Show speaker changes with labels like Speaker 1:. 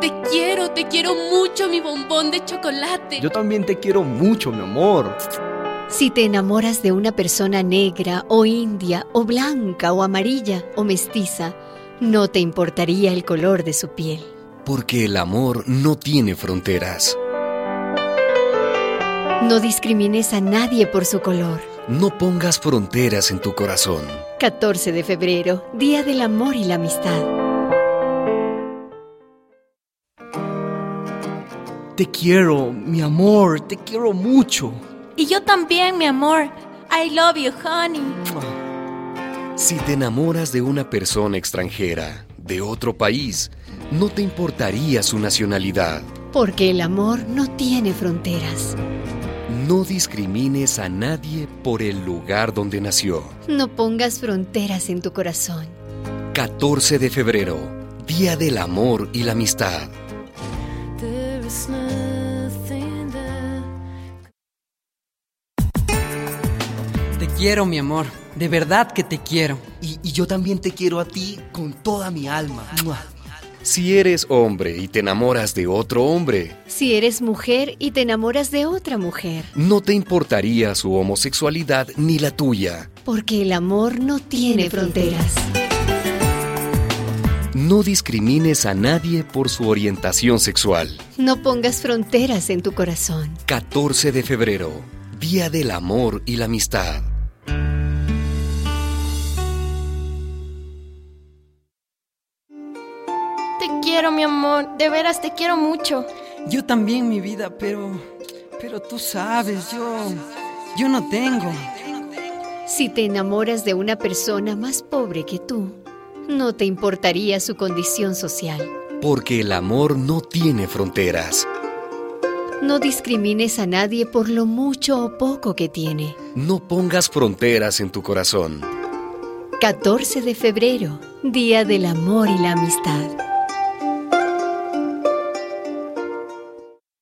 Speaker 1: Te quiero, te quiero mucho, mi bombón de chocolate.
Speaker 2: Yo también te quiero mucho, mi amor.
Speaker 3: Si te enamoras de una persona negra o india o blanca o amarilla o mestiza, no te importaría el color de su piel.
Speaker 4: Porque el amor no tiene fronteras.
Speaker 3: No discrimines a nadie por su color.
Speaker 4: No pongas fronteras en tu corazón.
Speaker 3: 14 de febrero, Día del Amor y la Amistad.
Speaker 2: Te quiero, mi amor, te quiero mucho.
Speaker 1: Y yo también, mi amor. I love you, honey.
Speaker 4: Si te enamoras de una persona extranjera, de otro país, no te importaría su nacionalidad.
Speaker 3: Porque el amor no tiene fronteras.
Speaker 4: No discrimines a nadie por el lugar donde nació.
Speaker 3: No pongas fronteras en tu corazón.
Speaker 4: 14 de febrero, Día del Amor y la Amistad.
Speaker 5: Te quiero, mi amor. De verdad que te quiero.
Speaker 6: Y, y yo también te quiero a ti con toda mi alma. ¡Mua!
Speaker 4: Si eres hombre y te enamoras de otro hombre,
Speaker 3: Si eres mujer y te enamoras de otra mujer,
Speaker 4: no te importaría su homosexualidad ni la tuya.
Speaker 3: porque el amor no tiene fronteras.
Speaker 4: No discrimines a nadie por su orientación sexual.
Speaker 3: No pongas fronteras en tu corazón.
Speaker 4: 14 de febrero, Día del Amor y la Amistad.
Speaker 7: Te quiero, mi amor. De veras, te quiero mucho.
Speaker 5: Yo también, mi vida, pero. Pero tú sabes, yo. Yo no tengo.
Speaker 3: Si te enamoras de una persona más pobre que tú, no te importaría su condición social.
Speaker 4: Porque el amor no tiene fronteras.
Speaker 3: No discrimines a nadie por lo mucho o poco que tiene.
Speaker 4: No pongas fronteras en tu corazón.
Speaker 3: 14 de febrero, Día del Amor y la Amistad.